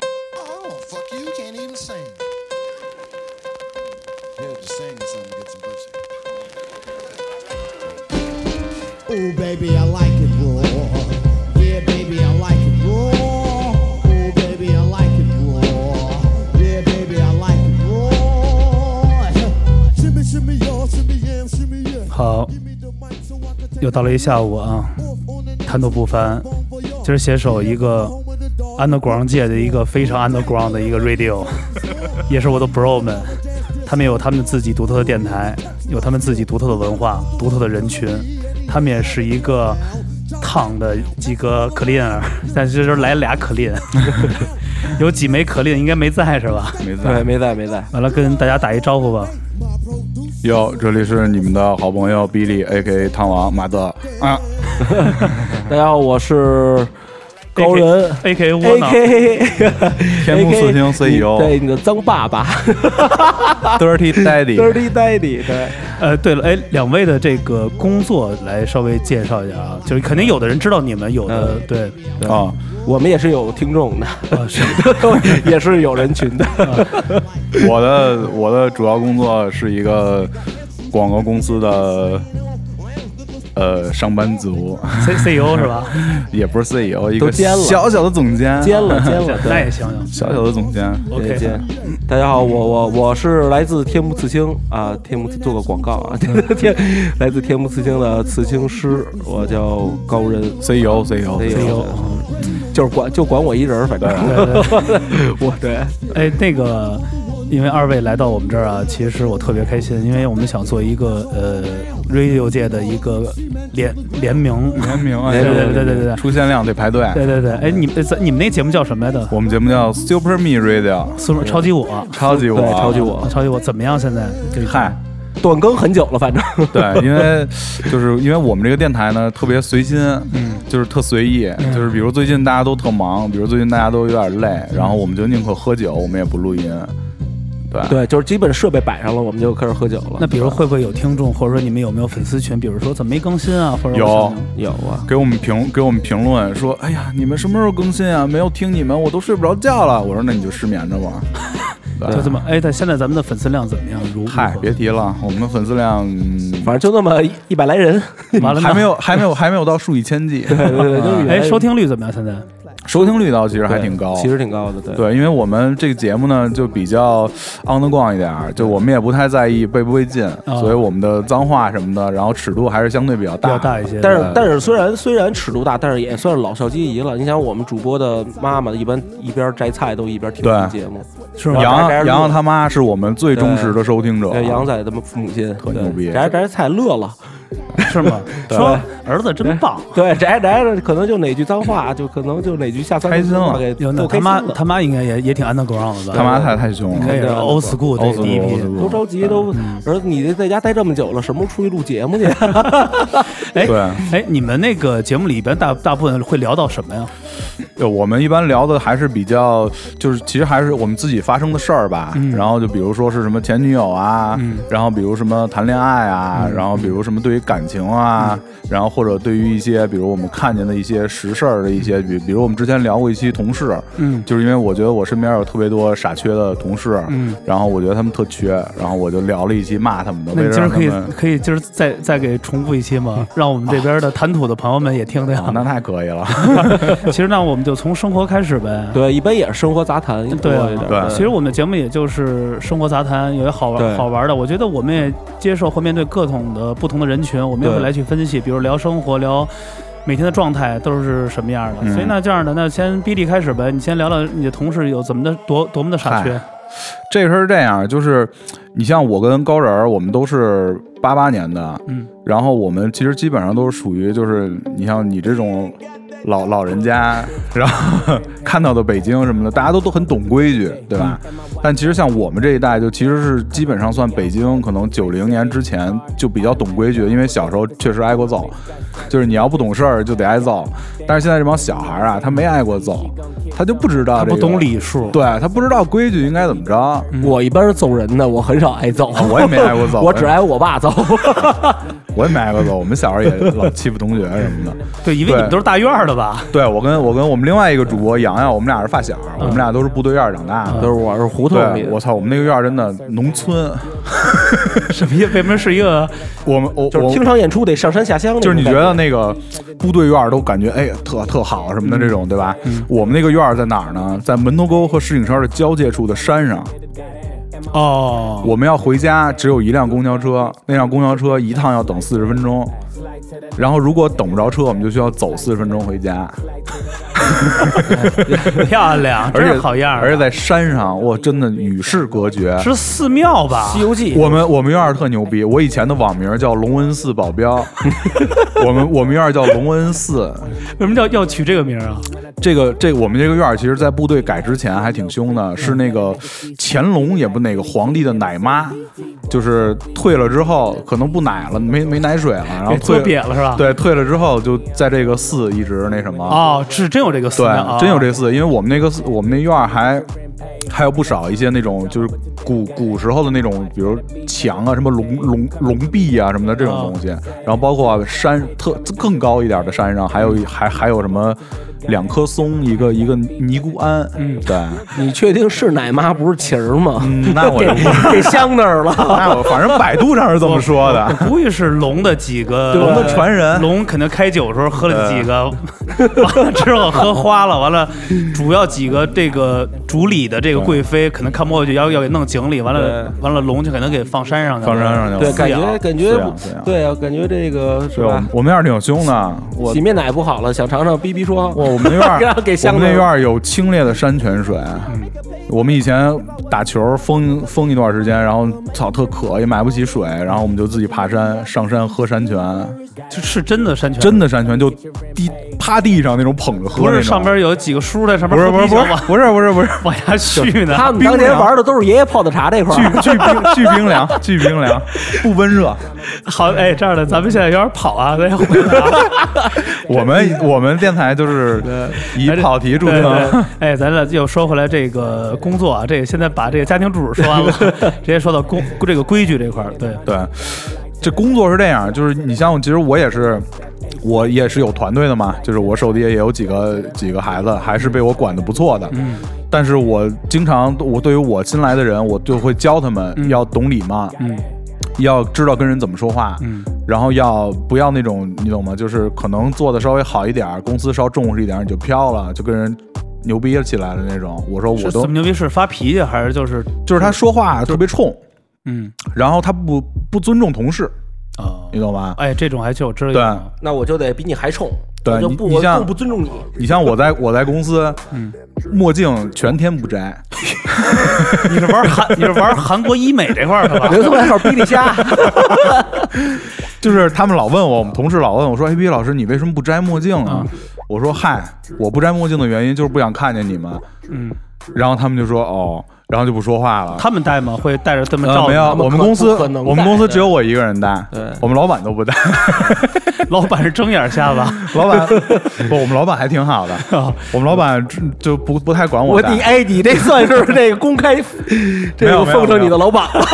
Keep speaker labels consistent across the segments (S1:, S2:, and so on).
S1: Oh, fuck you, you can't even sing. Here to sing or something, get some pussy.
S2: Ooh, baby, I like it raw. Yeah, baby, I like it raw. Ooh, baby, I like it raw. Yeah, baby, I like it raw. Shimmy, shimmy, y'all, shimmy, yeah, shimmy, yeah.
S3: 好，
S2: Give me the mic so I can take
S3: 又到了一下午啊，
S2: off on the
S3: 谈吐不凡。今儿携手一个 underground 界的一个非常 underground 的一个 radio，也 是我的 bro 们，他们有他们自己独特的电台，有他们自己独特的文化、独特的人群，他们也是一个烫的几个 cleaner，但 是就是来俩 clean，有几枚 clean 应该没在是吧？
S4: 没在。
S5: 对，没在没在，
S3: 完了跟大家打一招呼吧。
S4: 哟，这里是你们的好朋友 Billy A.K. 汤王马子啊，
S5: 大家好，我 是高人
S3: A K 啊窝
S5: A
S3: 囊
S5: K
S4: 天幕四星 E CEO
S5: 对你的脏爸 爸
S4: Dirty Daddy。
S5: ，Dirty Daddy，对，
S3: 呃，对了，哎，两位的这个工作来稍微介绍一下啊，就是肯定有的人知道你们，有的、
S5: 嗯
S3: 对，
S4: 啊，
S5: 我们也是有听众的，
S3: 啊是
S5: 也哦是啊有人群的，
S4: 我的我的主要工作是一个广告公司的呃上班族，
S3: C C E O 是 吧？
S4: 也不是 CEO，一
S5: 都
S4: 个
S5: 兼了
S4: 小小的总监，啊
S5: 尖了尖了，
S3: 那也
S5: 对。
S3: 行行
S4: 小小的总监。
S5: 对
S3: ，OK，
S5: 尖。大家好，我我我是来自天幕刺青啊，天幕刺做个广告啊， 天来自天幕刺青的刺青师，我叫高人
S4: CEO CEO，
S5: CEO，就是管就管我一人儿，反正 我对
S3: 哎，那个，因为二位来到我们这儿啊，其实我特别开心，因为我们想做一个呃 radio 界的一个联联名，
S4: 联名啊，
S3: 对对对对对对
S4: 出现量得排队。
S3: 对对对，哎，你们咱你们那节目叫什么来着？
S4: 我们节目叫 Super Me Radio，
S3: super 超级我，啊
S4: 超级我，
S5: 对，超级我
S3: 超级我怎么样？现在这个
S4: 嗨。
S5: 断更很久了，反正
S4: 对，因为就是因为我们这个电台呢特别随心，嗯，就是特随意，
S5: 嗯
S4: 就是比如最近大家都特忙，比如最近大家都有点累，然后我们就宁可喝酒，我们也不录音。对，
S5: 对，就是基本设备摆上了，我们就开始喝酒了。
S3: 那比如会不会有听众，或者说你们有没有粉丝群？比如说怎么没更新啊，或者
S4: 有
S3: 我想
S5: 有啊，
S4: 给我们评给我们评论说，哎呀，你们什么时候更新啊？没有听你们，我都睡不着觉了。我说那你就失眠 着吧。
S3: 就这么哎，但现在咱们的粉丝量怎么样？如
S4: 嗨，别提了，我们的粉丝量、嗯
S5: 反正就那么一一百来 人，
S3: 完了呢
S4: 还没有还没有还没有到数以千计，
S5: 对对对，就是
S3: 哎，收听率怎么样？现在
S4: 收听率倒其实还挺高，啊
S5: 其实挺高的，对。
S4: 对，因为我们这个节目呢就比较 on the ground 一点儿，就我们也不太在意被不被禁，所以我们的脏话什么的，然后尺度还是相对比较
S3: 啊比
S4: 大。
S3: 较大一些，
S5: 但是但是虽然虽然尺度大，但是也算是老少皆宜了。你想，我们主播的妈妈一般一边摘菜都一边听我们
S4: 对
S5: 节目，
S3: 是
S5: 然
S3: 吗？
S5: 后大
S4: 杨
S5: 家
S4: 洋
S5: 录
S4: 洋他妈是我们最忠实的收听者，
S5: 对杨仔的母亲
S4: 特牛逼
S5: 对摘着摘着菜乐了，
S3: 是 吗？说儿子真棒，
S5: 对， 摘着摘着可能就哪句脏话，就可能就哪句下三
S4: 开心了
S5: 给
S3: 有那
S5: 都
S3: 他
S5: 开心
S3: 妈
S5: 了
S3: 他妈应该也也挺 underground 的吧？
S4: 他妈太太凶
S3: 应该
S4: 了。
S3: 也是 old school 这
S4: old
S3: 个第一
S4: school，old
S3: 批。
S4: school
S5: 都着急，都儿子，你在家待这么久了，什么时候出去录节目去？
S3: 哎
S4: 对
S3: 哎，你们那个节目里边大大部分会聊到什么呀？
S4: 对，我们一般聊的还是比较，就是其实还是我们自己发生的事儿吧。
S3: 嗯
S4: 然后就比如说是什么前女友啊，然后比如什么谈恋爱啊，
S3: 嗯
S4: 然后比如什么对于感情啊，然后或者对于一些比如我们看见的一些实事儿的一些，比比如我们之前聊过一期同事，
S3: 嗯
S4: 就是因为我觉得我身边有特别多傻缺的同事，
S3: 嗯，
S4: 然后我觉得他们特缺，然后我就聊了一期骂他们的，
S3: 那
S4: 为
S3: 你
S4: 了
S3: 今儿
S4: 让他
S3: 可以
S4: 们。
S3: 可以今儿再再给重复一期 吗？让我们这边的谈吐的朋友们也听听。
S4: 啊，那太可以了，
S3: 其实那我们就从生活开始呗。
S5: 对，一般也是生活杂谈，
S3: 对啊
S5: 多一点
S4: 对
S3: 其实我们的节目也就是生活杂谈，有些好玩
S5: 对
S3: 好玩的。我觉得我们也接受和面对各种的不同的人群，我们也会
S5: 对
S3: 来去分析，比如聊生活，聊每天的状态都是什么样的。
S4: 嗯
S3: 所以那这样的，那先 b i 开始呗，你先聊聊你的同事有怎么的多多么的傻缺。
S4: 这事儿是这样，就是你像我跟高人儿，我们都是八八年的，
S3: 嗯，
S4: 然后我们其实基本上都是属于就是你像你这种老老人家，然后 看到的北京什么的，大家都都很懂规矩，对吧？但其实像我们这一代，就其实是基本上算北京可能九零年之前就比较懂规矩，因为小时候确实挨过揍，就是你要不懂事儿就得挨揍。但是现在这帮小孩儿啊，他没挨过揍，他就不知道、
S3: 他
S4: 这个，
S3: 不懂，礼数，
S4: 对他不知道规矩应该怎么着。
S5: 嗯
S4: 啊
S5: 我一般是揍人的，我很少挨揍，
S4: 我也没挨过揍
S5: 我只挨我爸揍。
S4: 我也没挨过揍，我们小时候也老欺负同学什 么的。
S3: 对，因为
S4: 对
S3: 你们都是大院儿的吧？
S4: 对我跟我跟我们另外一个主播洋洋，我们俩是发小，
S5: 嗯
S4: 我们俩都是部队院儿长大的。
S5: 都是我是胡同里
S4: 对，
S5: 的，
S4: 我操，我们那个院儿真的农村，
S3: 什么意思？为什么是一 个
S4: 我们我
S5: 就是
S4: 我
S5: 听场演出得上山下乡那种
S4: 就是
S5: 感
S4: 你
S5: 觉，
S4: 觉得那个部队院儿都感觉哎特特好什么的这种，对吧？
S5: 嗯
S4: 我们那个院儿在哪儿呢？在门头沟和石景山的交界处的山上。
S3: 哦，
S4: 我们要回家，只有一辆公交车，那辆公交车一趟要等四十分钟，然后如果等不着车，我们就需要走四十分钟回家。
S3: 漂亮，
S4: 而
S3: 真
S4: 且
S3: 是好样儿的啊
S4: 而且在山上，哇，真的与世隔绝。
S3: 是寺庙吧
S5: 《西？游记》
S4: 我们我们院儿特牛逼，我以前的网名叫龙恩寺保镖， 我们我们院儿叫龙恩寺，
S3: 为什么叫要取这个名儿啊？
S4: 这个这我们这个院儿，其实，在部队改之前还挺凶的，是那个乾隆也不哪个皇帝的奶妈，就是退了之后可能不奶了，没没奶水了，然后
S3: 给做
S4: 退
S3: 瘪了是吧
S4: 啊对，退了之后就在这个寺一直那什么。
S3: 哦，是真有这个寺
S4: 对
S3: 庙，啊，
S4: 真有这寺，因为我们那个寺我们那院儿还还有不少一些那种就是古古时候的那种，比如墙啊、什么龙龙龙壁啊什么的这种东西，然后包括山特更高一点的山上，还有还还有什么两棵松，一个一个尼姑庵，嗯， 对，
S5: 你确定是奶妈不是琴儿吗？
S4: 嗯那我
S5: 给
S4: 就 不
S5: 给镶那儿了。
S4: 那我反正百度上是这么说的。
S3: 估计 是龙的几个
S4: 龙的传人
S3: 龙肯定开酒的时候喝了几个，完了 之后喝花了，完了主要几个这个主理的这个贵妃可能看不过去，要要给弄井里，完了完了龙就可能给放山上去了，
S4: 放山上去了
S5: 对，
S3: 饲
S5: 感
S3: 养
S5: 觉感
S4: 是
S5: 觉
S4: 啊
S5: 不
S4: 是啊
S5: 对啊，感觉这个是
S4: 对，我
S5: 吧
S4: 们？我们院儿挺凶的， 我
S5: 洗面奶不好了，想尝尝逼逼说。
S4: 哇，我们那 院
S5: 然后给
S4: 儿，我
S5: 镶
S4: 们那
S5: 上
S4: 院儿有清冽的山泉水。我们以前打球封封一段时间，然后操特渴，也买不起水，然后我们就自己爬山上山喝山泉，
S3: 就是真的山泉，
S4: 真的山泉就地趴地上那种捧着喝
S3: 不
S4: 那
S3: 是
S4: 种。
S3: 上边有几个叔在上
S4: 不
S3: 边
S4: 是
S3: 喝
S4: 不是
S3: 啤酒
S4: 不是
S3: 往
S4: 不是不是不是，
S3: 往下去呢，
S5: 他们当年玩的都是爷爷泡的茶这块儿，
S4: 巨巨冰巨冰凉巨冰凉，不温 热。
S3: 好哎这样的，咱们现在有点跑啊，咱要回答。
S4: 我们我们电台就是以跑题啊著
S3: 哎对对
S4: 称。
S3: 哎，咱俩又说回来这个工作啊，这个现在把这个家庭主妇说完了， 直接说到工这个规矩这块儿，对，
S4: 对，这工作是这样，就是你像，其实我也是，我也是有团队的嘛，就是我手底下也有几个几个孩子，还是被我管的不错的。嗯，但是我经常，我对于我新来的人，我就会教他们要懂礼貌，嗯，要知道跟人怎么说话，嗯，然后要不要那种你懂吗？就是可能做的稍微好一点儿，公司稍重视一点儿，你就飘了，就跟人。牛逼起来的那种，我说我
S3: 是
S4: 都
S3: 怎么牛逼是发脾气还是就是
S4: 就是
S5: 嗯
S4: 他说话特别冲，
S3: 嗯
S4: 然后他不不尊重同事，
S5: 哦
S3: 啊、
S4: 你懂吧？
S3: 哎，这种还就我知道有
S4: 对，
S5: 那我就得比你还冲，
S4: 对
S5: 我就
S4: 你
S5: 不
S4: 你
S5: 我
S4: 像
S5: 更不尊重你。
S4: 你像我在我在公司，
S5: 嗯
S4: 墨镜全天不摘，
S3: 你是玩韩，你是玩韩国医美这块儿 的吧？
S5: 刘总在 口逼你瞎，
S4: 就是他们老问我，我们同事老问我说：“A B 老师，你为什么不摘墨镜啊？”
S5: 嗯
S4: 我说：“嗨，我不摘墨镜的原因就是不想看见你们。”
S3: 嗯，
S4: 然后他们就说：“哦。”然后就不说话了。
S3: 他们戴吗？会戴着这么
S4: 呃
S3: 照、
S4: 没有，
S5: 他们
S4: 我们
S5: 可
S4: 公司
S5: 不可能戴
S4: 我们公司只有我一个人戴
S5: 对，
S4: 我们老板都 不戴。
S3: 老板是睁眼瞎吧？
S4: 老板 不，我们老板还挺好的，
S3: 啊
S4: 我们老板就不不太管
S5: 我
S4: 戴
S5: 你哎，你这算是那个公 开，这
S4: 没
S5: 个
S4: 有没有
S5: 奉承你的老板了。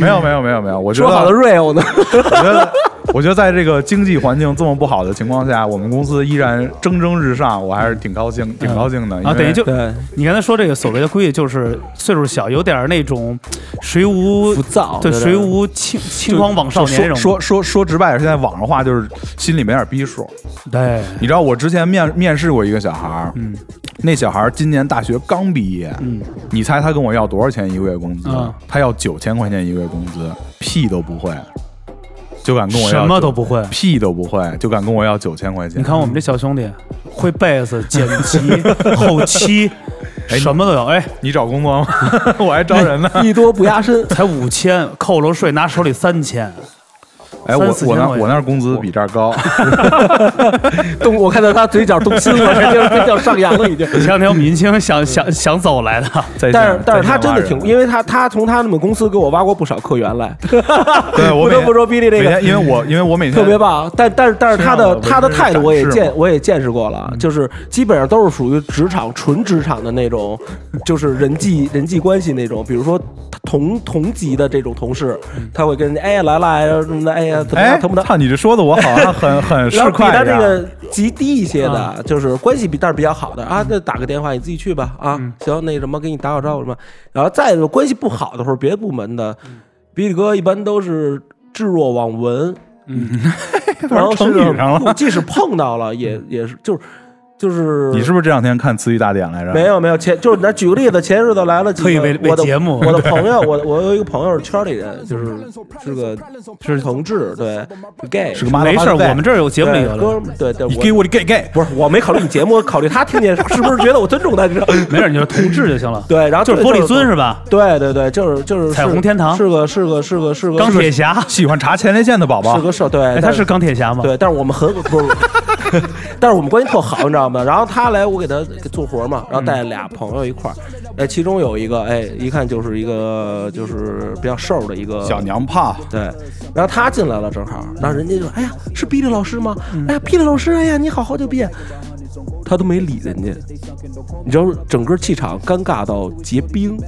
S4: 没有没有没有没有，我觉
S5: 说
S4: 得
S5: 好的 real 呢？
S4: 我觉得，我觉得在这个经济环境这么不好的情况下，我们公司依然蒸蒸日上，我还是挺高兴，挺高兴的。
S3: 啊，
S4: 因为
S3: 等于就
S5: 对
S3: 你刚才说这个所谓的规矩，就是岁数小，有点儿那种谁无
S5: 浮躁
S3: 对
S5: 有点
S3: 谁
S5: 儿
S3: 无轻轻狂妄少年那
S4: 说
S3: 种。
S4: 说说说直白点，现在网上话就是心里没点逼数。
S3: 对，
S4: 你知道我之前面面试过一个小孩儿，嗯，那小孩儿今年大学刚毕业，嗯，你猜他跟我要多少钱一个月工资？
S3: 嗯
S4: 他要九千块钱一个月工资，屁都不会，就敢跟我要
S3: 什么都不会。
S4: 屁都不会，就敢跟我要九千块钱。
S3: 你看我们这小兄弟，会贝斯、剪辑、后期，什么都有。哎，
S4: 你找工作吗？ 我还招人呢。
S5: 艺多不压 身，
S3: 才五千，扣了税拿手里三千。
S4: 哎，我
S3: 三四
S4: 我
S3: 千
S4: 那
S3: 块钱
S4: 我那儿工资比这儿高。
S5: 动我看到他嘴角动心了，这就是这叫上扬 了已经。
S3: 前两天我们明星想想想走来的，
S4: 再
S5: 但
S4: 见
S5: 是但是
S4: 再
S5: 他
S4: 见
S5: 真
S4: 挖
S5: 的
S4: 人
S5: 挺，因为他他从他们公司给我挖过不少客源来，
S4: 对我
S5: 不得
S4: 每
S5: 不说，Billy 这
S4: 啊每
S5: 个
S4: 天因为我因为我每 天
S5: 特别棒。但但是但是他
S4: 是让
S5: 的
S4: 我为
S5: 他的
S4: 之
S5: 态度我也
S4: 展示嘛嗯
S5: 见我也见识过了，就是基本上都是属于职场纯职场的那种，就是人际人际关系那种，比如说。同同级的这种同事，
S4: 嗯
S5: 他会跟人家哎来啦，哎什么的，哎呀怎么样，疼不疼？
S4: 操，你这说的我好像很很
S5: 然
S4: 市
S5: 后比
S4: 侩
S5: 他
S4: 一
S5: 这
S4: 样。嗯
S5: 个级低一些的，就是关系比但是比较好的啊，那打个电话你自己去吧啊，
S4: 嗯
S5: 行，那什么给你打好招呼什么。然后再有关系不好的或者别的部门的，
S4: 嗯
S5: 比利哥一般都是置若罔闻， 嗯，然后
S4: 成
S5: 甚至
S4: 语上了嗯
S5: 不即使碰到了也也是就是就是
S4: 你是不是这两天看《词语大典》来着？
S5: 没有没有，前就是咱举个例子，前日子来了几
S3: 特意
S5: 个
S3: 为为
S5: 我的
S3: 节目
S5: 我的朋友，我我有一个朋友是圈里人，就是是个是同志，对，gay，
S4: 是个妈
S3: 没事儿，
S4: 对
S3: 我们这儿有节目里
S5: 对
S3: 有
S5: 哥
S3: 了，
S5: 们儿对对，
S4: 你给
S5: 我
S4: 我你给给，
S5: 不是我没考虑你节目，我考虑他听见是不是觉得我尊重他，你知道？
S3: 没事儿，你就同志就行了。
S5: 对，然后
S3: 就是
S5: 对
S3: 玻璃樽是吧？
S5: 对对对，就是就是
S3: 彩虹
S5: 是
S3: 天堂
S5: 是个是个是个是个
S3: 钢铁
S5: 是
S3: 侠，
S4: 啊喜欢查前列腺的宝
S5: 个
S4: 宝
S5: 是，个社对，
S3: 哎，他
S5: 但
S3: 是钢铁侠吗？
S5: 对，但是我们很不 是，但是我们关系特好，你知道吗？然后他来，我给他给做活嘛，然后带俩朋友一块儿，哎，其中有一个，哎，一看就是一个就是比较瘦的一个
S4: 小。娘炮，
S5: 对，然后他进来了，正好，然后人家就，哎呀，是毕利老师吗？哎呀，毕利老师，哎呀，你好，好久不见，他都没理人家，你知道，整个气场尴尬到结冰，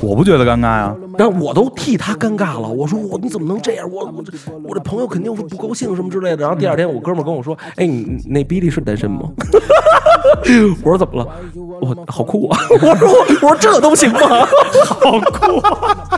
S4: 我不觉得尴尬呀。
S5: 但我都替他尴尬了。我说我你怎么能这样？我我这我这朋友肯定会不高兴什么之类的。然后第二天我哥们儿跟我说：“哎，你你那比利是单身吗？” 我说怎么了？我好酷啊！ 我说我我说这都行吗？
S3: 好酷！啊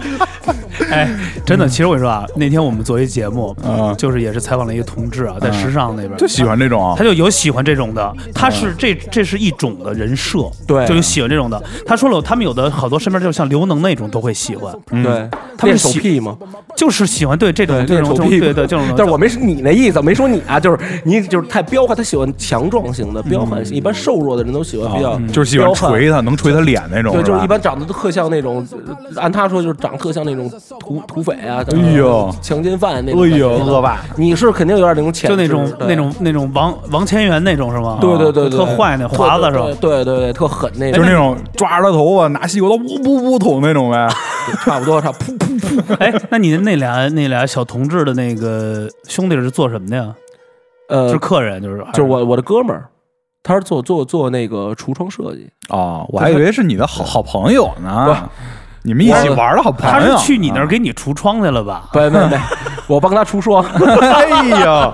S3: 哎，真的，其实我跟你说啊，那天我们做一节目，
S4: 嗯
S3: 就是也是采访了一个同志啊，在时尚那边，
S4: 就喜欢这种啊
S3: 他就有喜欢这种的，他是这这是一种的人设，
S5: 嗯对
S3: 就有喜欢这种的。他说了，他们有的好多身边就像刘能那种都会喜欢，
S5: 对，
S3: 他
S5: 嗯练
S3: 们
S5: 手
S3: 喜
S5: 屁吗？
S3: 就是喜欢对这种啊这
S5: 练
S3: 种
S5: 手
S3: 这种
S5: 屁
S3: 对
S5: 吗。
S3: 对这种，
S5: 但是我没说你那意思，没说你啊，就是你就是太彪悍，他喜欢强壮型的彪悍型，一
S3: 嗯
S5: 般瘦弱的人都喜欢比
S3: 哦
S5: 较嗯
S4: 啊，就是喜欢
S5: 彪悍
S4: 捶他，能捶他脸那种。
S5: 对，就是
S4: 吧
S5: 一般长得都特像那种，呃按他说就是长得特像那种土土匪啊，
S4: 哎呦
S5: 强奸犯那种，
S4: 哎呦恶霸，
S5: 你是肯定有点那种潜
S3: 就
S5: 质，
S3: 那种
S5: 对
S3: 那，种那种王王千源那种是吗？
S5: 对对对对，
S3: 特坏那
S5: 特
S3: 华子是吧？
S5: 对对对对，特狠那
S4: 就
S5: 种，
S4: 是 那种抓着他头发拿西瓜刀呜呜呜捅那种呗。
S5: 差不多差不多，噗噗噗，
S3: 哎，那你那俩那俩小同志的那个兄弟是做什么的呀？
S5: 呃，
S3: 就是
S5: 就
S3: 客人，就是还
S5: 是我我的哥们儿，他是做做做那个橱窗设计，
S4: 哦，我还以为是你的好好朋友呢，你们一起玩的好朋
S3: 他
S4: 友。
S3: 是去你那
S5: 啊
S3: 儿给你橱窗去了吧？
S5: 不不不，我帮他出双。
S4: 哎 呀，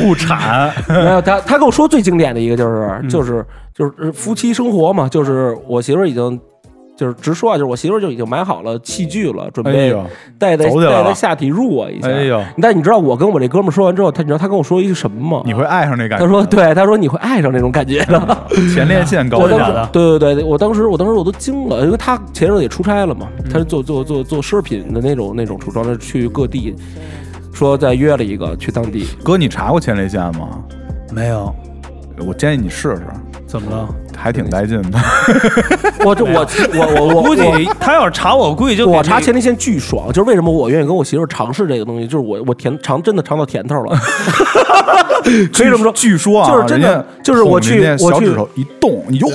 S4: 互产，
S5: 没有他，他跟我说最经典的一个就是
S4: 嗯
S5: 就是就是夫妻生活嘛，就是我媳妇儿已经就是直说啊，就是我媳妇儿就已经买好了器具了，准
S4: 哎
S5: 备
S4: 呦
S5: 带带
S4: 走起来了
S5: 带她下体入我一下。
S4: 哎呦
S5: 但你知道我跟我这哥们儿说完之后，他你知道他跟我说一句什么吗？
S4: 你会爱上嗯那感觉。
S5: 他说对，他说你会爱上那种感觉的。
S4: 前列腺高
S5: 我
S3: 真的假
S5: 当时
S4: 潮，
S3: 的
S5: 对对对，我当时我当时我都惊了，因为他前阵子也出差了嘛，
S4: 嗯
S5: 他是做做做做奢侈品的那种那种橱窗，他去各地，说再约了一个去当 地，
S4: 哥，你查过前列腺吗？
S3: 没有，
S4: 我建议你试试，
S3: 怎么了？
S4: 还挺带劲的。
S5: 我这我我我我
S3: 估计他要是查我，估计就给
S5: 我
S3: 那
S5: 查前列腺巨爽，就是为什么我愿意跟我媳妇儿尝试这个东西，就是我我甜尝真的尝到甜头 了，可以这么说，
S4: 据说啊，
S5: 就是真的
S4: 人家
S5: 就是我去
S4: 捅人家
S5: 我
S4: 小
S5: 去呃
S4: 指头一动，你就哎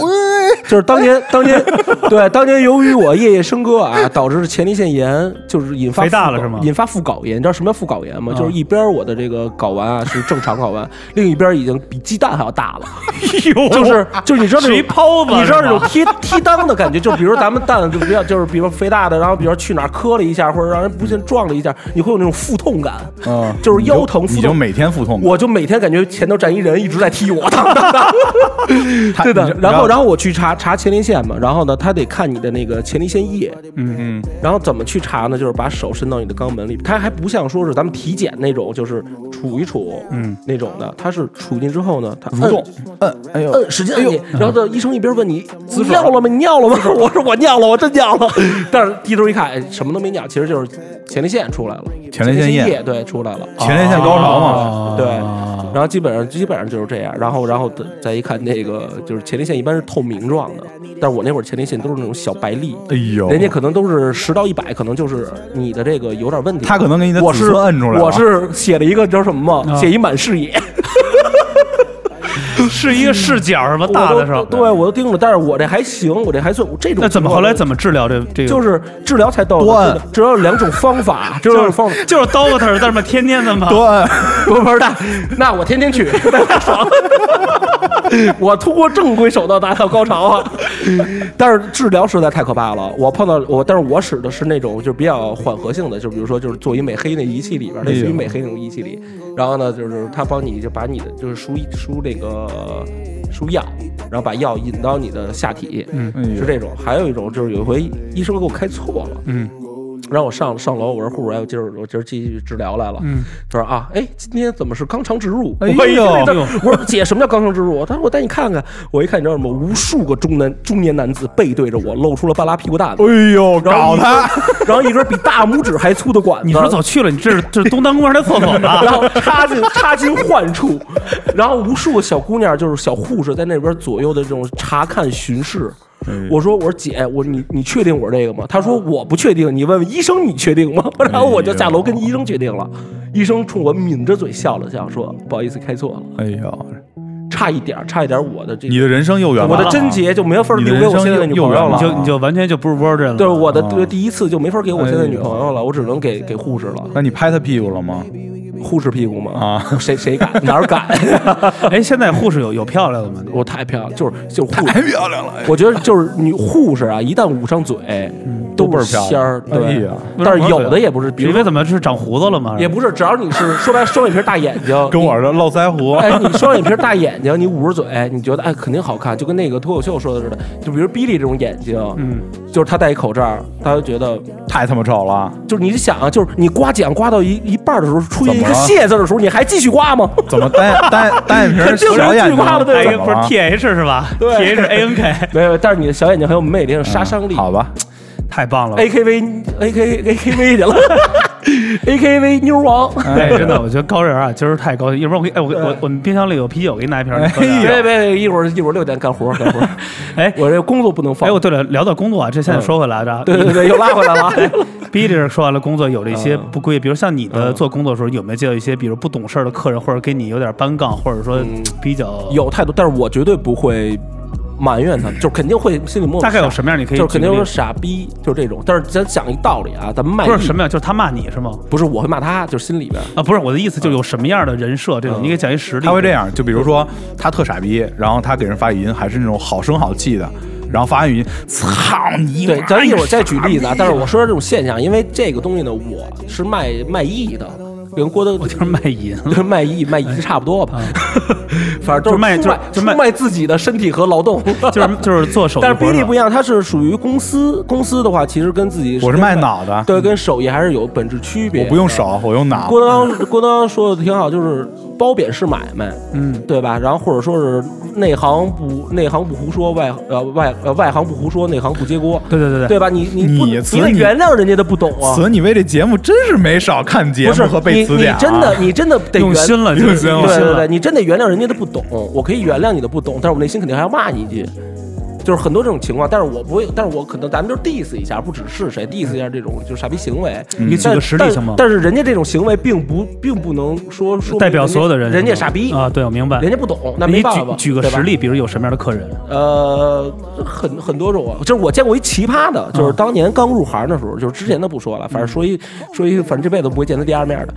S5: 就是当年当年对当年由于我夜夜笙歌啊，导致前列腺炎，就是引发
S3: 肥大了
S5: 附睾
S3: 是吗
S5: 引发副睾炎，你知道什么叫副睾炎吗？
S3: 嗯
S5: 就是一边我的这个睾丸啊是正常睾丸，另一边已经比鸡蛋还要大了，
S3: 呦，
S5: 就是就是你知道那
S3: 谁
S5: 种。
S3: 抛吧？
S5: 你知道
S3: 是
S5: 那
S3: 吧
S5: 种踢踢裆的感觉，就比如咱们蛋就比较就是比如肥大的，然后比如去哪儿磕了一下，或者让人不幸撞了一下，你会有那种腹痛感，
S4: 嗯
S5: 就是腰疼
S4: 你
S5: 腹
S4: 就
S5: 痛。
S4: 每天腹痛。
S5: 我就每天感觉前头站一人一直在踢我， 当当当
S4: 他
S5: 对
S4: 你
S5: 的。
S4: 知
S5: 然后，然后我去查查前列腺嘛，然后呢，他得看你的那个前列腺液，
S4: 嗯嗯，
S5: 然后怎么去查呢？就是把手伸到你的肛门里，它还不像说是咱们体检那种，就是杵一杵，嗯，那种的，它是杵进之后呢，它
S4: 蠕动
S5: 摁，
S4: 嗯，哎呦，
S5: 摁，使劲摁你，然后呢，医生一边问你你尿了吗？你尿了吗？ 我说我尿了，我真尿了。但是低头一看，哎什么都没尿，其实就是前列腺出来了，
S4: 前列腺液哦
S5: 液对出来了。
S4: 前列腺高潮嘛，
S3: 哦
S5: 对，然后基本上基本上就是这样，然后然后再一看那个就是前列腺一般是透明状的，但是我那会儿前列腺都是那种小白粒，
S4: 哎呦，
S5: 人家可能都是十到一百，可能就是你的这个有点问题。
S4: 他可能给你的
S5: 我
S4: 子
S5: 是
S4: 孙摁出来了
S5: 我是写了一个你知道什么吗？
S3: 啊
S5: 写一满视野，
S3: 是一个视角什么
S5: 我
S3: 大
S5: 都
S3: 的时候，
S5: 对我都盯着，但是我这还行，我这还算我这种。
S3: 那怎么后来怎么治疗这这个？
S5: 就是治疗才到
S4: 多摁
S5: 治疗有两种方法，治疗有方法。
S3: 就是 doctor 在那
S5: 啊
S3: 么天天的嘛，
S4: 多摁
S5: 不不是那那我天天去，那太爽了。 我通过正规手段达到高潮啊，但是治疗实在太可怕了。我碰到我，但是我使的是那种就是比较缓和性的，就比如说就是做一美黑那仪器里边，类似于美黑那种仪器里，然后呢就是他帮你就把你的就是输输那个输药，然后把药引到你的下体，嗯，
S4: 哎呦
S5: 是这种。还有一种就是有一回医生给我开错了，嗯。让我上上楼，我说护士，哎，我今儿我今儿继续治疗来了。嗯，他说啊，哎，今天怎么是肛肠植入？
S4: 哎呦
S5: 我一听这我说姐，什么叫肛肠植入？他说我带你看看。我一看，你知道吗？无数个中年中年男子背对着我，露出了半拉屁股蛋子，
S4: 哎呦，
S5: 然后
S4: 搞
S5: 一
S4: 他！
S5: 根，然后一根比大拇指还粗的管子。
S3: 你说早去了，你这是这是东单公园的厕所 吧？
S5: 然后插进插进患处，然后无数个小姑娘就是小护士在那边左右的这种查看巡视。
S4: 嗯
S5: 我说我说姐，我说你你确定我是这个吗？她说我不确定，你问问医生你确定吗？
S4: 哎
S5: 然后我就下楼跟医生确定了，医生冲我抿着嘴笑了笑，说不好意思开错了，
S4: 哎呦，
S5: 差一点儿，差一点儿我的这个
S4: 你的人生又圆满
S5: 我
S4: 了，
S5: 的贞洁就没法
S4: 你的
S5: 留给
S4: 人
S5: 我
S4: 生
S5: 现在的
S4: 又
S5: 女朋
S4: 又
S5: 友了
S4: 啊圆满
S3: 你。就你就完全就不是 virgin
S5: 对，
S3: 了。
S5: 我的对第一次就没法给我现
S4: 哎
S5: 在女朋友了，我只能给给护士了，
S4: 那你拍他屁股了吗？
S5: 护士屁股嘛，
S4: 啊，
S5: 谁谁敢哪儿敢？
S3: 哎，现在护士有有漂亮的吗？
S5: 我太漂亮，就是就是护
S4: 太
S5: 士，
S4: 漂亮了，
S5: 我觉得就是女护士啊，一旦捂上嘴，都
S4: 嗯倍儿
S5: 是
S4: 漂亮
S5: 仙儿，
S4: 哎
S5: 对
S4: 呀。
S5: 但是有
S4: 啊
S5: 的也不是，比
S3: 因
S5: 如
S3: 为怎么是长胡子了吗？
S5: 也不是，只要你是说白了，双眼皮儿大眼睛，
S4: 跟我似的络腮胡。
S5: 哎，你双眼皮儿大眼睛，你捂着嘴，你觉得哎肯定好看，就跟那个脱口秀说的似的，就比如 Billy 这种眼睛，嗯，就是他戴一口罩，他就觉得
S4: 太他妈丑了，
S5: 就是你想啊，就是你刮奖刮到一一半儿的时候，出现一
S4: 怎么
S5: 个
S4: 了
S5: 谢字儿的时候，你还继续刮吗？
S4: 怎么单单单眼皮儿
S5: 肯定
S4: 小
S5: 是
S4: 眼
S5: 巨
S4: 睛？
S5: 夸的对
S4: 怎么
S3: 哎不是
S4: 了啊
S3: T H 是吧？T
S5: 对
S3: H A N K
S5: 没有，但是你的小眼睛很有魅力，很有杀伤力。
S4: 嗯好 吧，
S3: 太棒了。
S5: A K V A K A K V 去了，A K V 妞王。
S4: 哎
S3: 对，真的，我觉得高人啊，今儿太高兴，要不然我给哎，我给我我们冰箱里有啤酒，给你拿一瓶
S5: 哎
S3: 儿。你喝点儿
S5: 别别别，一会儿一会儿六点干活干 活，
S3: 哎
S5: 我这工作不能放。
S3: 哎，我对了，聊到工作啊，这现在
S5: 嗯
S3: 说回来着，
S5: 对对对，又拉回来了。
S3: 哎
S5: 哎
S3: 逼着说完了工作有了一些
S5: 嗯
S3: 不规，比如像你的
S5: 嗯
S3: 做工作的时候，有没有见到一些比如不懂事儿的客人，或者跟你有点搬杠，或者说比较
S5: 嗯有态度，但是我绝对不会埋怨他们，就是肯定会心里默。
S3: 大概有什么样？你可以
S5: 就是肯定
S3: 举个
S5: 有
S3: 例子
S5: 傻逼，就是这种。但是咱讲一道理啊，咱们卖
S3: 不是
S5: 艺
S3: 什么样，就是他骂你是吗？
S5: 不是我会骂他，就是心里边。
S3: 啊，不是我的意思，就有什么样的人设这种，
S5: 嗯
S3: 你给讲一实例。
S4: 他会这样，就比如说他特傻逼，然后他给人发语音还是那种好声好气的，然后发完语音，操你妈！
S5: 对，咱一会儿再举例子
S4: 傻
S5: 啊
S4: 逼。
S5: 但是我说这种现象，因为这个东西呢，我是卖卖艺的，跟郭德
S3: 我就是卖淫。
S5: 跟卖艺卖艺差不多吧，反正
S3: 啊就是
S5: 都是
S3: 卖
S5: 出
S3: 就
S5: 卖
S3: 就
S5: 出
S3: 卖
S5: 卖自己的身体和劳动，
S3: 就是就是做手艺活
S5: 但
S3: 儿
S5: 是
S3: 的，
S5: 比利不一样，他是属于公司，公司的话其实跟自己
S4: 我是卖脑的，
S5: 对跟手艺还是有本质区别。
S4: 我不用手，我用脑
S5: 郭。德纲，郭德纲说的挺好，就是褒贬是买卖，嗯，对吧？然后或者说是内行不内行不胡说，外呃外呃外行不胡说，内行不揭锅，
S3: 对对对对
S5: 对吧？你你不
S4: 你
S5: 你
S4: 词
S5: 得
S4: 你
S5: 原谅人家的不懂啊，
S4: 此你为这节目真是没少看节
S5: 不是
S4: 目和背词典、啊
S5: 你你真的你真的得
S3: 用
S5: 原
S3: 心了，就是
S4: 用心
S5: 对
S4: 了
S3: 用心
S5: 对
S3: 了
S5: 对，。你真得原谅人家的不懂，我可以原谅你的不懂，但是我内心肯定还要骂你一句，就是很多这种情况，但是我不会，但是我可能咱们就是 diss 一下，不只是谁 diss 一下这种就是傻逼行为，
S3: 嗯你举
S5: 但
S3: 个实例行吗
S5: 但？但是人家这种行为并不并不能说说明
S3: 代表所有的人
S5: 人
S3: 是吗，
S5: 家人家傻逼，
S3: 啊！对，我明白。
S5: 人家不懂，那
S3: 你
S5: 没办法
S3: 举，举个
S5: 对吧
S3: 实例，比如有什么样的客人？啊
S5: 呃，很很多种，啊就是我见过一奇葩的，
S3: 嗯
S5: 就是当年刚入行的时候，就是之前的不说了，反正说一说一，反正这辈子都不会见他第二面的，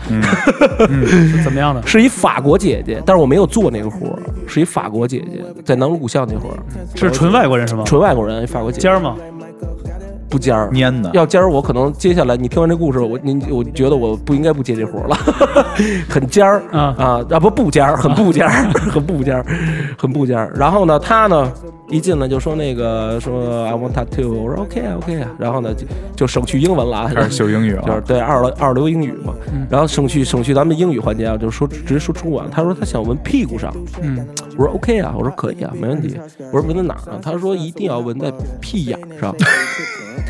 S3: 是怎么 样的？
S5: 是一法国姐姐，但是我没有做那个活儿，是一法国姐姐，在南锣鼓巷那会儿，
S3: 是纯外国人是吗？
S5: 纯外国人，法国姐姐
S3: 尖儿吗？
S5: 不尖儿，
S4: 蔫的
S5: 要尖儿，我可能接下来你听完这故事，我您我觉得我不应该不接这活儿了， 很尖儿
S3: 啊
S5: 啊啊不不尖儿，很不尖儿， 很不尖儿，很不尖儿。然后呢，他呢一进来就说那个说 I want tattoo，我说 OK OK 啊，然后呢就就省去英文了啊，
S4: 开始秀英语了，
S5: 就是对二流二流英语嘛，然后省去省去咱们英语环节啊，就是说直接说中文。他说他想纹屁股上，嗯，我说 OK 啊，我说可以啊，没问题。我说纹在哪儿呢？啊他说一定要纹在屁眼儿上，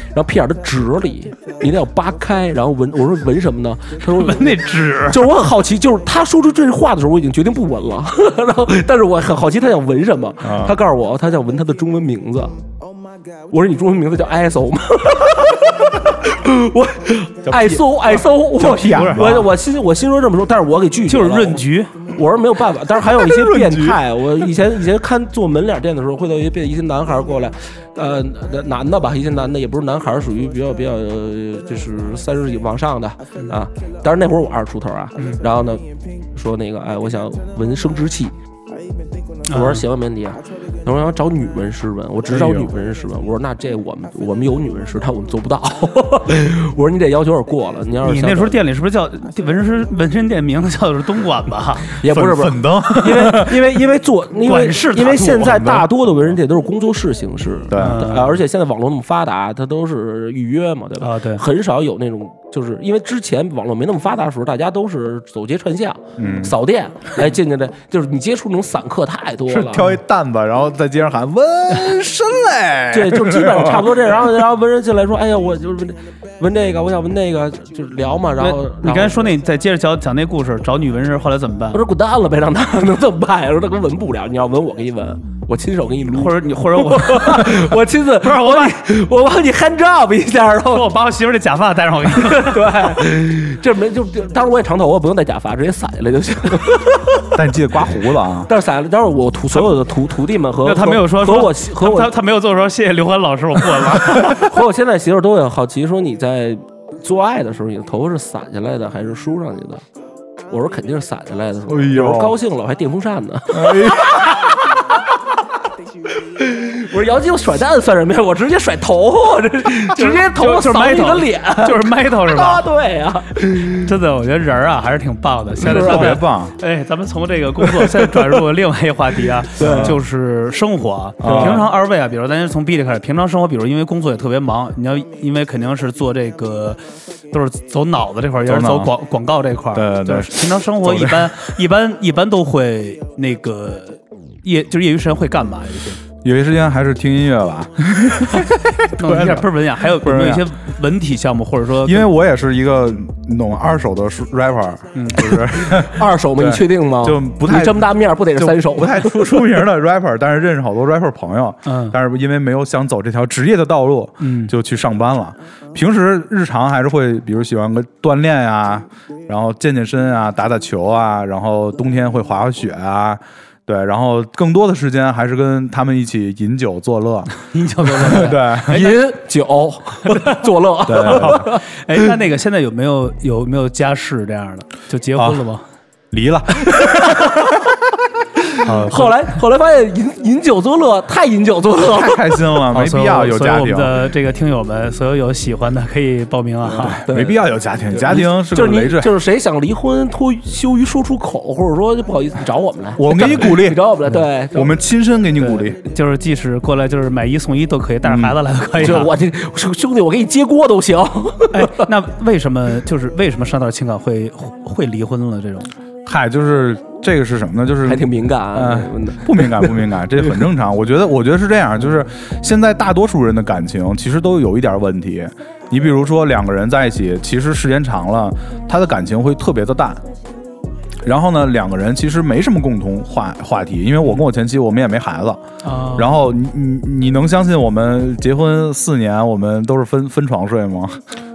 S5: 然后屁眼儿的褶里一定要扒开，然后纹。我说纹什么呢？他说纹
S3: 那纸
S5: 就是我很好奇，就是他说出这话的时候，我已经决定不纹了。 然后，但是我很好奇他想纹什么。他告诉我，他想纹他的中文名字。我说你中文名字叫 ISO 吗？我 ISO ISO，我
S4: 屁眼儿
S5: 我我心我心说这么说，但是我给拒绝
S3: 就是
S5: 了
S3: 润菊，
S5: 我说没有办法，但是还有一些
S4: 论
S5: 变
S4: 局
S5: 态。我以前以前看做门脸店的时候，会到一些变一些男孩儿过来，呃，男男的吧，一些男的也不是男孩儿，属于比较比较、呃就是三十嗯往上的啊。当然那会儿我二十出头啊，然后呢，说那个哎，我想纹生殖器。我说行，没问题啊。他说我想找女纹诗文，我只找女纹诗文。我说那这我们我们有女纹诗，但我们做不到。 我说你这要求有点过了，你要是
S3: 你
S5: 想
S3: 那时候店里是不是叫纹身纹身店名字叫的是东莞吧？
S5: 也不是不是
S3: 粉粉灯，
S5: 因为因为因为 做因为
S3: 管事大
S5: 因为
S3: 度
S5: 现在
S3: 管的
S5: 大多的文人店都是工作室形式，
S4: 对
S5: 呃而且现在网络那么发达，它都是预约嘛，对吧？
S3: 啊对
S5: 很少有那种就是因为之前网络没那么发达的时候，大家都是走街串巷、
S3: 嗯
S5: 扫店，哎，进去的，就是你接触那种散客太多
S4: 是
S5: 了，
S4: 挑一担子，然后在街上喊纹身嘞，
S5: 对，就基本上差不多这样。然后然后文人进来说，哎呀，我就是闻闻这个，我想闻那个，就是聊嘛。然后
S3: 你
S5: 然后
S3: 刚才说那，再接着讲讲那故事，找女纹身后来怎么办
S5: 我？说滚蛋了呗，让他 能怎么办呀？说他根本闻不了，你要闻我给你闻，我亲手给你撸
S3: 或。者你或者 我
S5: 我亲自
S3: 不是我把你
S5: 我帮你 hand job 一下，然
S3: 说
S5: 后
S3: 我把我媳妇儿的假发戴上，我给你。
S5: 对，这没就就当时我也长头发，不用戴假发，直接散下来就行。
S4: 但记得刮胡子啊。
S5: 但是散下来，但是我徒所有的徒徒弟们和
S3: 他没有说
S5: 和
S3: 说
S5: 我
S3: 他
S5: 和
S3: 他
S5: 我
S3: 他没有做说谢谢刘欢老师，我过了。
S5: 和我现在媳妇儿都有好奇，说你在做爱的时候，你的头发是散下来的还是梳上去的？我说肯定是散下来的，
S4: 哎呦
S5: 我说高兴了，我还电风扇呢。
S4: 哎呀
S5: 我说姚记，我甩蛋算什么呀？我直接甩头，我这直接头
S3: 就是
S5: 扫你的
S3: metal
S5: 脸。
S3: 就是 metal 是
S5: 啊，
S3: 吧？
S5: 对呀、
S3: 真的，我觉得人儿啊还是挺棒的。现在
S5: 是
S3: 特
S5: 吧
S4: 特别
S3: 别。
S4: 棒，
S3: 哎，咱们从这个工作现在转入另外一个话题 啊，就是生活啊。
S4: 啊
S3: 平常二位啊，比如咱先从 B 里开始，平常生活，比如因为工作也特别忙，你要因为肯定是做这个，都是走脑子这块儿，也是
S4: 走
S3: 走
S4: 脑
S3: 广广告这块儿。
S4: 对对对
S3: 就是平常生活一般一般一般都会那个业，就是业余时间会干嘛？有一些
S4: 有些时间还是听音乐吧，
S3: 弄一下倍儿文雅，还有有
S4: 儿
S3: 没有
S4: 文
S3: 一
S4: 雅
S3: 些文体项目，或者说
S4: 因为我也是一个懂二手的 rapper，嗯，就是
S5: 二手吗？
S4: 对
S5: 你确定吗？
S4: 就不太
S5: 你这么大面儿，不得是
S4: 就
S5: 三手吗？
S4: 不太出出名的 rapper，但是认识好多 rapper 朋友，
S3: 嗯
S4: 但是因为没有想走这条职业的道路，
S3: 嗯
S4: 就去上班了。平时日常还是会，比如喜欢个锻炼啊，然后健健身啊，打打球啊，然后冬天会滑滑雪啊。对，然后更多的时间还是跟他们一起饮酒作乐。
S3: 你叫做文雅
S4: 对，
S5: 饮 酒作乐，
S4: 对，
S3: 哎，那那个现在有没有有没有家室这样的？就结婚了吗？
S4: 离了。啊，
S5: 后来后来发现饮饮酒作乐太饮酒作 乐了。
S4: 太开心了，啊没
S3: 好所以
S4: 必要有
S3: 所以
S4: 家
S3: 我
S4: 庭
S3: 们，的这个听友们，所有有喜欢的可以报名
S4: 嗯
S3: 啊！
S5: 对
S4: 没必要有家庭，家庭是
S5: 就
S4: 个
S5: 是
S4: 累
S5: 你，
S4: 赘。
S5: 就是谁想离婚，脱羞于说出口，或者说就不好意思，你找我们来，
S4: 我们给你鼓励嗯
S5: 你找我们来，对，
S4: 我们亲身给你鼓励。
S3: 就是即使过来就是买一送一都可以，带着孩子来都可
S4: 嗯
S3: 以、
S5: 就
S3: 啊。
S5: 我这兄兄弟，我给你接锅都行。
S3: 哎，那为什么就是为什么上段情感会会离婚了？这种
S4: 嗨，就是这个是什么呢？就是
S5: 还挺敏感啊
S4: 嗯、不敏感，不敏感，这很正常。我觉得，我觉得是这样，就是现在大多数人的感情其实都有一点问题。你比如说，两个人在一起，其实时间长了，他的感情会特别的淡。然后呢，两个人其实没什么共同话话题，因为我跟我前妻，我们也没孩子。
S3: 啊
S4: 然后你你你能相信我们结婚四年，我们都是分分床睡吗？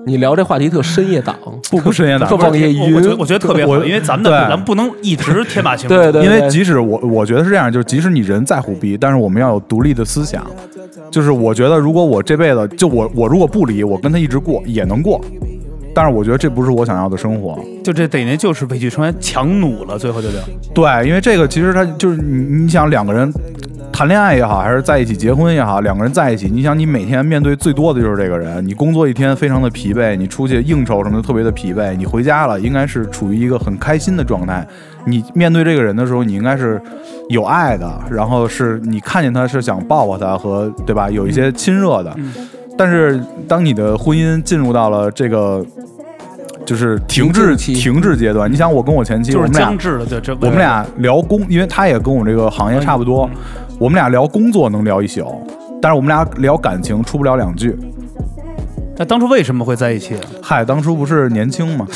S5: 你聊这话题特深夜档，
S4: 不不深夜档，
S5: 特网页
S3: 我我觉得
S5: 云
S3: 我，觉得特别好，
S4: 我
S3: 因为咱们的
S4: 对
S3: 咱们不能一直天马行空。
S5: 对对，
S4: 因为
S5: 对
S4: 即使我我觉得是这样，就是即使你人再虎逼，但是我们要有独立的思想。就是我觉得，如果我这辈子就我我如果不离，我跟他一直过也能过，但是我觉得这不是我想要的生活。
S3: 就这等于就是委曲求全强弩了，最后就这样。
S4: 对，因为这个其实他就是你，你想两个人谈恋爱也好，还是在一起结婚也好，两个人在一起，你想你每天面对最多的就是这个人，你工作一天非常的疲惫，你出去应酬什么的特别的疲惫，你回家了应该是处于一个很开心的状态。你面对这个人的时候，你应该是有爱的，然后是你看见他是想抱抱他和对吧，有一些亲热的。但是当你的婚姻进入到了这个就是停
S5: 停滞
S4: 滞
S5: 期
S4: 停滞阶段，你想我跟我前妻，
S3: 就
S4: 我
S3: 是
S4: 们俩
S3: 僵滞了，对嗯这
S4: 我们俩聊工，因为他也跟我这个行业差不多，我们俩聊工作能聊一宿，但是我们俩聊感情出不了两句。
S3: 那当初为什么会在一起？啊
S4: 嗨，当初不是年 轻嘛？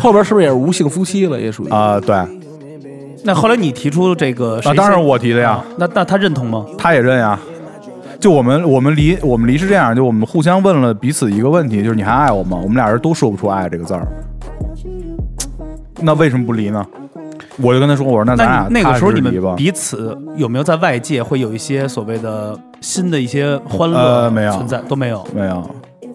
S5: 后边是不是也是无性夫妻了？也属于
S4: 啊、对啊，
S3: 那后来你提出这个谁先，
S4: 当然我提的呀，
S3: 啊那那他认同吗？
S4: 他也认呀。就我们我们离我们离是这样，就我们互相问了彼此一个问题，就是你还爱我吗？我们俩人都说不出爱这个字儿。那为什么不离呢？我就跟他说，我说那咱
S3: 那
S4: 俩
S3: 你那个时候
S4: 踏实
S3: 你
S4: 离吧
S3: 们彼此有没有在外界会有一些所谓的新的一些欢乐
S4: 呃没有
S3: 存在都没有，
S4: 没有，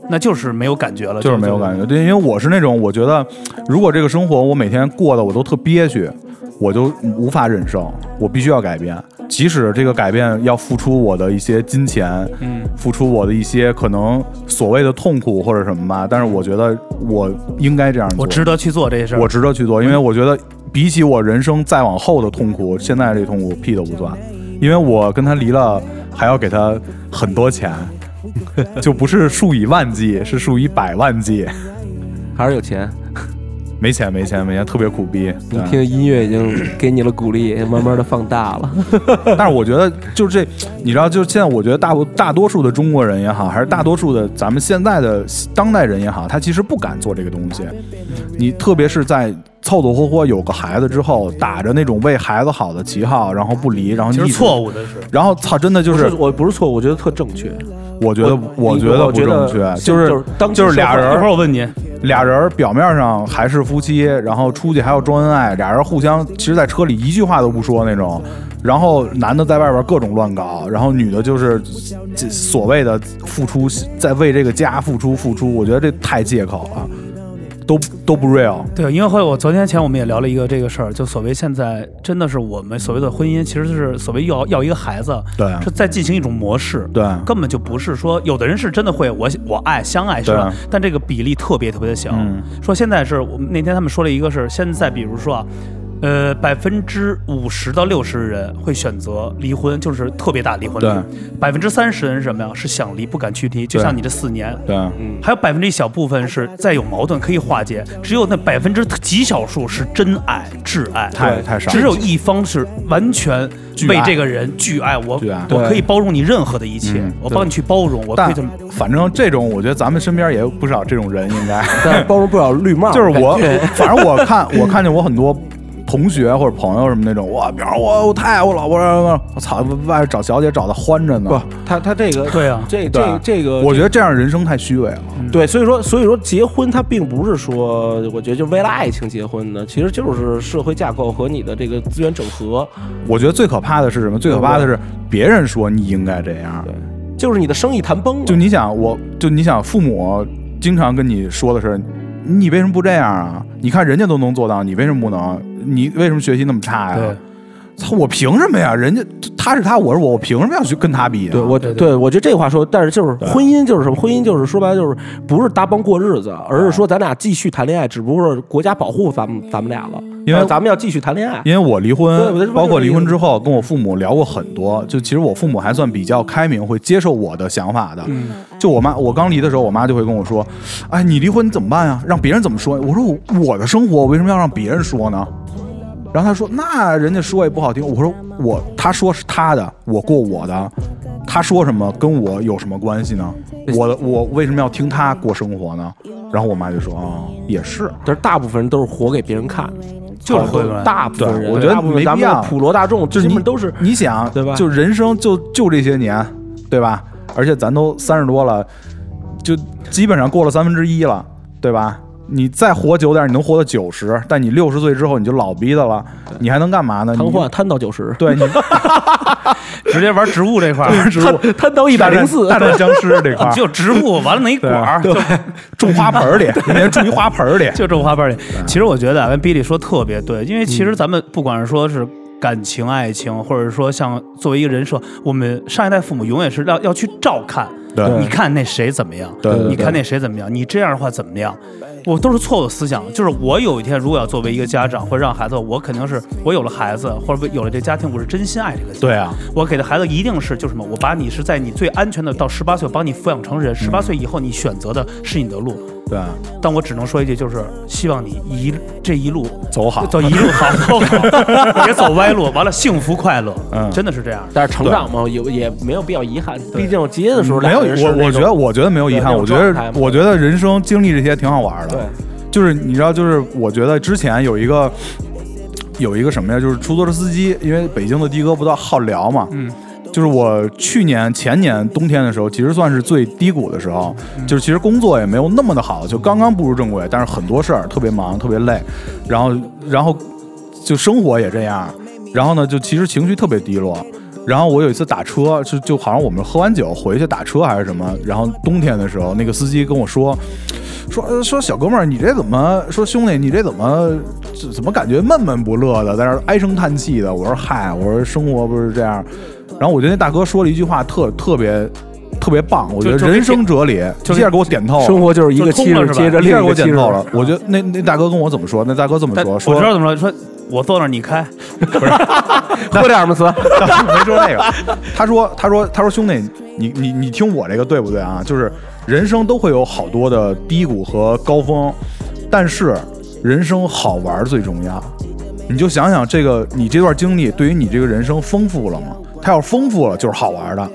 S3: 那就是没有感觉了，
S4: 就是没有感觉。对，因为我是那种我觉得，如果这个生活我每天过得我都特憋屈，我就无法忍受，我必须要改变。即使这个改变要付出我的一些金钱，
S3: 嗯，
S4: 付出我的一些可能所谓的痛苦或者什么吧，但是我觉得我应该这样做，
S3: 我值得去做这事儿。
S4: 我值得去做，因为我觉得比起我人生再往后的痛苦，现在这痛苦屁都不算，因为我跟他离了，还要给他很多钱， 就不是数以万计，是数以百万计，
S5: 还是有钱。
S4: 没钱没钱没钱，特别苦逼。
S5: 你
S4: 对
S5: 听音乐已经给你了鼓励，慢慢的放大了。
S4: 但是我觉得，就这，你知道，就现在，我觉得大部大多数的中国人也好，还是大多数的咱们现在的当代人也好，他其实不敢做这个东西。你特别是在凑凑合合有个孩子之后，打着那种为孩子好的旗号，然后不离，然后
S3: 其实
S4: 一直
S3: 错。误的是，
S4: 然后操，真的就
S5: 不
S4: 是，
S5: 我不是错，我觉得特正确。
S4: 我觉得，
S5: 我
S4: 我觉得
S5: 我
S4: 不
S5: 觉得
S4: 正确，
S5: 是
S4: 就是
S5: 就是当
S4: 就是俩
S5: 社会
S3: 一会
S4: 人儿
S3: 儿我问你，
S4: 俩人表面上还是夫妻，然后出去还要装恩爱，俩人互相其实，在车里一句话都不说那种。然后男的在外边各种乱搞，然后女的就是这所谓的付出，在为这个家付出付出。我觉得这太借口了，都都不 real。
S3: 对，因为会我昨天前我们也聊了一个这个事儿，就所谓现在真的是我们所谓的婚姻，其实是所谓要要一个孩子，
S4: 对
S3: 是在进行一种模式，
S4: 对
S3: 根本就不是说有的人是真的会我我爱相爱是吧
S4: 对？
S3: 但这个比例特别特别的小。
S4: 嗯
S3: 说现在是我们那天他们说了一个是现在，比如说啊。呃，百分之五十到六十人会选择离婚，就是特别大离婚率
S4: 对。
S3: 百分之三十人是什么呀？是想离不敢去离，就
S4: 对
S3: 像你这四年，
S4: 对，啊
S5: 嗯
S3: 还有百分之一小部分是再有矛盾可以化解，只有那百分之极少数是真爱、挚爱，
S4: 太太少了
S3: 只有一方是完全
S4: 巨
S3: 为
S4: 爱
S3: 这个人巨爱，我
S4: 巨爱
S3: 我
S5: 对
S3: 可以包容你任何的一切
S4: 嗯，
S3: 我帮你去包容，我可
S4: 但
S3: 以怎么？
S4: 反正这种，我觉得咱们身边也有不少这种人，应该。
S5: 但包容不了绿帽，
S4: 就是我
S5: 感觉，
S4: 反正我看我看见我很多同学或者朋友什么那种，哇，比方说我我太爱我老婆了，我操，外边找小姐找的欢着呢。
S5: 不，他他这个
S3: 对啊
S5: 这
S4: 对
S5: 这这个
S4: 我觉得这样人生太虚伪了。
S5: 对，所以说，所以说，结婚它并不是说，我觉得就为了爱情结婚的，其实就是社会架构和你的这个资源整合，
S4: 我觉得最可怕的是什么？最可怕的是别人说你应该这样。
S5: 对，就是你的生意谈崩了。
S4: 就你想，我就你想，父母经常跟你说的是，你为什么不这样啊？你看人家都能做到，你为什么不能？你为什么学习那么差呀、
S3: 对
S4: 操，我凭什么呀？人家他是他，我是我，我凭什么要去跟他比、啊？
S5: 对我
S3: 对
S5: 对
S3: 对
S5: 我觉得这话说，但是就是婚姻就是什么？婚姻就是说白了就是不是搭帮过日子，而是说咱俩继续谈恋爱，只不过是国家保护咱们咱们俩了，
S4: 因为
S5: 然后咱们要继续谈恋爱。
S4: 因为我离
S5: 对我就
S4: 婚，
S5: 说
S4: 包括离婚之后，跟我父母聊过很多。就其实我父母还算比较开明，会接受我的想法的。
S5: 嗯
S4: 就我妈，我刚离的时候，我妈就会跟我说：“哎，你离婚你怎么办呀？让别人怎么说？”我说我：“我的生活，我为什么要让别人说呢？”然后她说：“那人家说也不好听。”我说：“我她说是她的，我过我的，她说什么跟我有什么关系呢？我的我为什么要听她过生活呢？”然后我妈就说：“啊、也是。”
S5: 但是大部分人都是活给别人看，
S3: 就是活给别人看
S5: 大部分人，
S4: 对我觉得
S5: 大部分
S4: 没必
S5: 咱们的
S4: 要
S5: 普罗大众，
S4: 就
S5: 基
S4: 是你
S5: 本都是
S4: 你想
S5: 对吧
S4: 就人生就就这些年，对吧？而且咱都三十多了，就基本上过了三分之一了，对吧？你再活久点，你能活到九十，但你六十岁之后你就老逼的了，你还能干嘛呢？
S5: 瘫痪
S4: 你，
S5: 瘫到九十，
S4: 对 你
S3: 直接玩植物这块 儿，
S4: 植物
S5: 瘫瘫到一百零四，
S4: 大战大战僵尸这块 儿
S3: 只，有植 物，完了那一管儿，
S4: 啊对
S3: 就
S4: 种花盆儿里，你得种一花盆儿里，
S3: 就种花瓣里。其实我觉得啊，跟 Billy 说特别对，因为其实咱们不管是说是感情、爱情，或者说像作为一个人设，我们上一代父母永远是要要去照看。
S4: 对
S3: 你看那谁怎么样？
S4: 对对对
S3: 你看那谁怎么样？你这样的话怎么样？我都是错误的思想，就是我有一天如果要作为一个家长，会让孩子，我肯定是我有了孩子，或者有了这家庭，我是真心爱这个家。
S4: 对啊，
S3: 我给的孩子一定是就是什么，我把你是在你最安全的到十八岁，我帮你抚养成人，十八岁以后你选择的是你的路，
S4: 对，
S3: 但我只能说一句，就是希望你一这一路
S4: 走 好。
S3: 走一路好，走好， 别走歪路。完了，幸福快乐，
S4: 嗯
S3: 真的是这样的。
S5: 但是成长嘛，有也没有必要遗憾。毕竟结的时候
S4: 没
S5: 俩
S4: 有，
S5: 人是
S4: 我
S5: 那
S4: 我觉得
S5: 种
S4: 我觉得没有遗憾，
S5: 对那
S4: 我觉
S5: 种状态嘛
S4: 得我觉得人生经历这些挺好玩儿
S5: 对
S4: 的。就是你知道，就是我觉得之前有一个有一个什么呀，就是出租车司机，因为北京的的哥不都好聊嘛，嗯。就是我去年前年冬天的时候，其实算是最低谷的时候，
S5: 嗯
S4: 就是其实工作也没有那么的好，就刚刚步入正轨，但是很多事儿特别忙，特别累，然后然后就生活也这样，然后呢，就其实情绪特别低落。然后我有一次打车，就就好像我们喝完酒回去打车还是什么，然后冬天的时候，那个司机跟我说，说呃说小哥们儿，你这怎么说兄弟，你这怎么这怎么感觉闷闷不乐的，在那儿唉声叹气的？我说嗨，我说生活不是这样。然后我觉得那大哥说了一句话特特别特别棒，我觉得
S3: 就就给
S4: 人生哲理，
S3: 就
S4: 一
S3: 是
S4: 下给我点透了，
S5: 生活哦就是一个
S3: 就
S5: 七
S3: 通了
S5: 十
S3: 是吧
S5: 接着
S4: 一
S5: 另
S4: 下
S5: 一
S4: 给
S5: 个
S4: 我
S5: 七
S4: 点
S5: 十
S4: 透了。我觉得那那大哥跟我怎么说？那大哥这么
S3: 但
S4: 说，
S3: 我
S4: 说
S3: 知道怎么说，说我坐那儿，你开，
S5: 喝点儿吗？词，
S4: 没说那个。他说，他说，他说，兄弟，你你你听我这个对不对啊？就是人生都会有好多的低谷和高峰，但是人生好玩最重要。你就想想这个，你这段经历对于你这个人生丰富了吗？它要是丰富了，就是好玩的。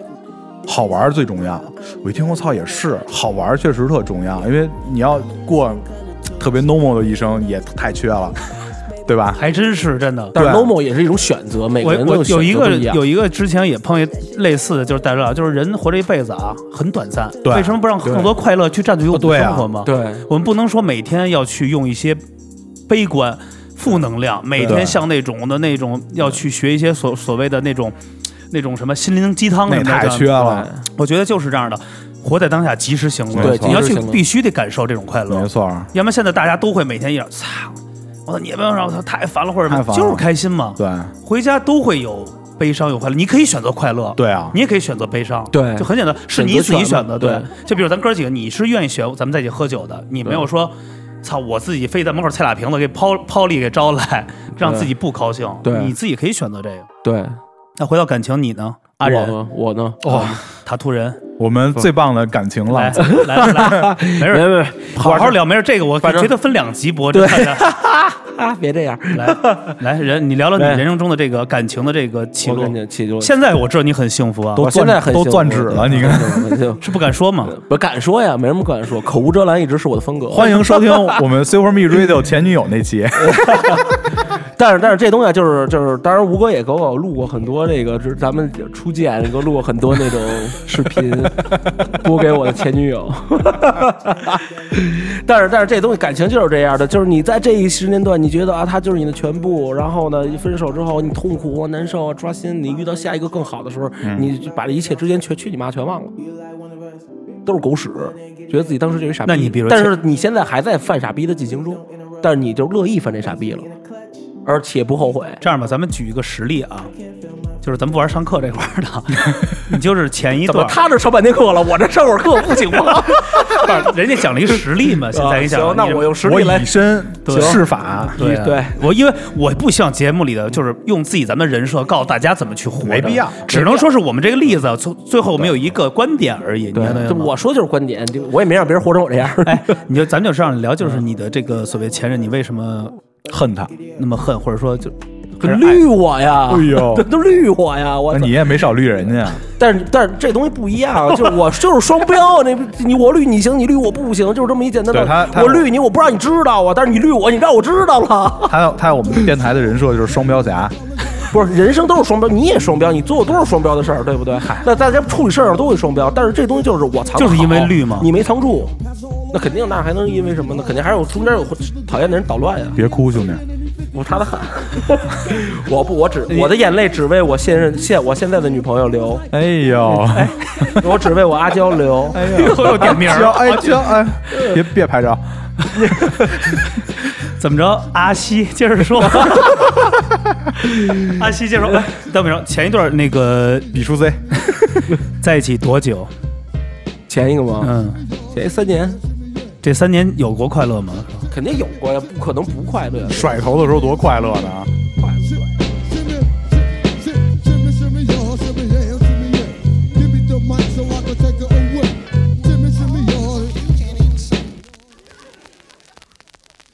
S4: 好玩最重要。我一听，我操，也是，好玩确实特重要，因为你要过特别 normal 的一生也太缺了，对吧？
S3: 还真是真的。
S5: 但是
S4: 对
S5: normal 也是一种选择，每个
S3: 我
S5: 人都
S3: 我有一
S5: 选择
S3: 个
S5: 不一样
S3: 有一个之前也碰见类似的，就是大家知道，就是人活这一辈子啊，很短暂，
S4: 对
S3: 为什么不让
S4: 对
S3: 更多快乐去占据我们
S4: 对
S3: 的
S4: 啊
S3: 生活吗？
S5: 对
S3: 我们不能说每天要去用一些悲观、负能量，每天像那种的那种要去学一些所所谓的那种那种什么心灵鸡汤什
S4: 那
S3: 么的
S4: 太
S3: 这样
S4: 缺了，
S3: 我觉得就是这样的，活在当下，及时行乐。
S4: 对
S3: 你要去
S5: 及时行乐
S3: 必须得感受这种快
S4: 没
S3: 乐，
S4: 错儿。
S3: 要么现在大家都会每天一样，操，我操你们让我操太烦了，或者什么
S4: 太烦了
S3: 就是开心嘛。
S4: 对
S3: 回家都会有悲伤有快乐，你可以选择快乐，
S4: 对啊
S3: 你也可以选择悲伤，
S5: 对
S3: 就很简单，是
S5: 选择
S3: 你自己
S5: 权
S3: 选
S5: 嘛
S3: 的，对。
S5: 对
S3: 就比如咱哥几个，你是愿意选咱们在一起喝酒的，你没有说。操！我自己非在门口踩俩瓶子，给抛抛力给招来，让自己不高兴。
S5: 对
S3: 你自己可以选择这个。
S5: 对。
S3: 那回到感情，你呢？阿
S5: 我
S3: 忍，
S5: 呢我呢？啊
S3: 哇，塔图人，
S4: 我们最棒的感情
S3: 来
S4: 浪，
S3: 来来，没
S5: 没
S3: 事，
S5: 没
S3: 好好聊，没事。这个我
S5: 反正
S3: 觉得分两集播，真的。
S5: 啊！别这样，
S3: 来来，人，你聊聊你
S5: 来
S3: 人生中的这个感情的这个起
S5: 我
S3: 落
S5: 跟。你起就
S3: 现在我知道你很幸福啊，
S5: 我现在很
S4: 都
S5: 幸
S4: 攥
S5: 福
S4: 纸
S5: 对
S4: 了你看
S5: 对 我就是
S3: 不敢说吗？
S5: 不敢说呀，没什么敢说，口无遮拦一直是我的风格。
S4: 欢迎 收听我们 Super Me Radio 前女友那期。
S5: 但是但是这东西就是就是，当然吴哥也给我录过很多这个，就是咱们初见给我录过很多 那种视频，播给我的前女友。 但是但是这东西感情就是这样的，就是你在这一时间段，你觉得啊，他就是你的全部，然后呢，一分手之后你痛苦啊、难受啊、抓心，你遇到下一个更好的时候，
S3: 嗯
S5: 你就把这一切之间全去你妈全忘了。都是狗屎，觉得自己当时就是一傻逼。
S3: 那你比如
S5: 但是你现在还在犯傻逼的进行中，但是你就乐意犯这傻逼了，而且不后悔。
S3: 这样吧，咱们举一个实例啊，就是咱们不玩上课这块儿的， 你就是前一
S5: 怎么
S3: 段，
S5: 他这上半天课了，我这上会儿课不行 吗？
S3: 人家讲了一实例 嘛，现在你
S5: 啊
S3: 讲，
S5: 行，那我用实
S4: 我
S5: 力来
S4: 以。身试法，
S3: 对啊
S5: 对
S3: 我因为我不希望节目里的就是用自己咱们的人设告诉大家怎么去活着，
S4: 没必要
S3: 只能说是我们这个例子，最最后我们有一个观点而已，你明白
S5: 对，
S3: 吗
S5: 这我说就是观点，就我也没让别人活成我这样。
S3: 哎，你就咱们就这样聊，就是
S5: 嗯
S3: 你的这个所谓前任，你为什么
S4: 恨他。
S3: 那么恨，或者说就
S5: 就 绿我呀！
S4: 哎呦
S5: 都绿我呀！我
S4: 那
S5: 操
S4: 你也没少绿人家，
S5: 但是但是这东西不一样，就是 我就是双标，那你我绿你行，你绿我不行，就是这么一简单
S4: 对他
S5: 的。
S4: 他
S5: 我绿你，我不让你知道啊，但是你绿我，你让我知道了。
S4: 他他我们电台的人设就是双标侠，
S5: 不是，人生都是双标，你也双标，你做过多少双标的事儿，对不对？那大家处理事儿上都会双标，但是这东西就是我藏得
S3: 就是因为
S5: 好
S3: 绿嘛
S5: 你没藏住，那肯定那还能因为什么呢？肯定还有中间有讨厌的人捣乱呀、
S4: 别哭，兄弟，
S5: 我擦 的汗，我不，我只我的眼泪只为我现任现我现在的女朋友流，
S4: 哎呦，
S5: 我只为我阿娇流。
S4: 哎呦，
S3: 又点名儿
S4: 行哎行哎，别别拍照，
S3: 怎么着？阿西接着说， 阿西接着说，哎，邓明，前一段那个
S4: 比叔 Z，
S3: 在一起多久？
S5: 前一个吗？
S3: 嗯，
S5: 前一三年
S3: 这三年有过快乐吗？
S5: 肯定有过呀，不可能不快乐呀。
S4: 甩头的时候多快乐呢啊！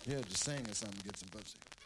S1: Yeah, just saying it's time to get some pussy.